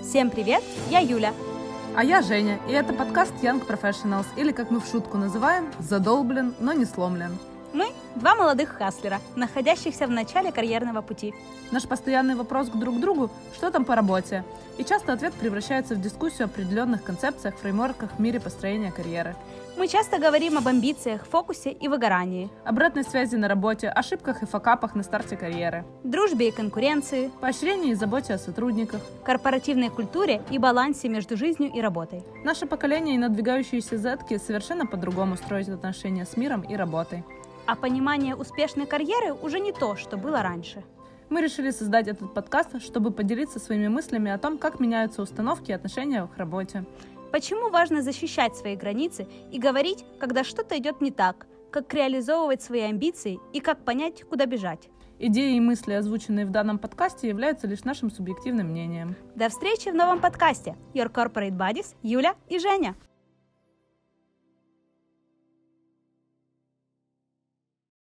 Всем привет, я Юля. А я Женя, и это подкаст Young Professionals, или как мы в шутку называем, задолблен, но не сломлен. Мы – два молодых хаслера, находящихся в начале карьерного пути. Наш постоянный вопрос к друг другу – что там по работе? И часто ответ превращается в дискуссию о определенных концепциях, фреймворках в мире построения карьеры. Мы часто говорим об амбициях, фокусе и выгорании, Обратной связи на работе, ошибках и факапах на старте карьеры, дружбе и конкуренции, поощрении и заботе о сотрудниках. корпоративной культуре и балансе между жизнью и работой. Наше поколение и надвигающиеся зетки совершенно по-другому строят отношения с миром и работой. А понимание успешной карьеры уже не то, что было раньше. Мы решили создать этот подкаст, чтобы поделиться своими мыслями о том, как меняются установки и отношения к работе. Почему важно защищать свои границы и говорить, когда что-то идет не так, как реализовывать свои амбиции и как понять, куда бежать. Идеи и мысли, озвученные в данном подкасте, являются лишь нашим субъективным мнением. До встречи в новом подкасте Your Corporate Buddies, Юля и Женя.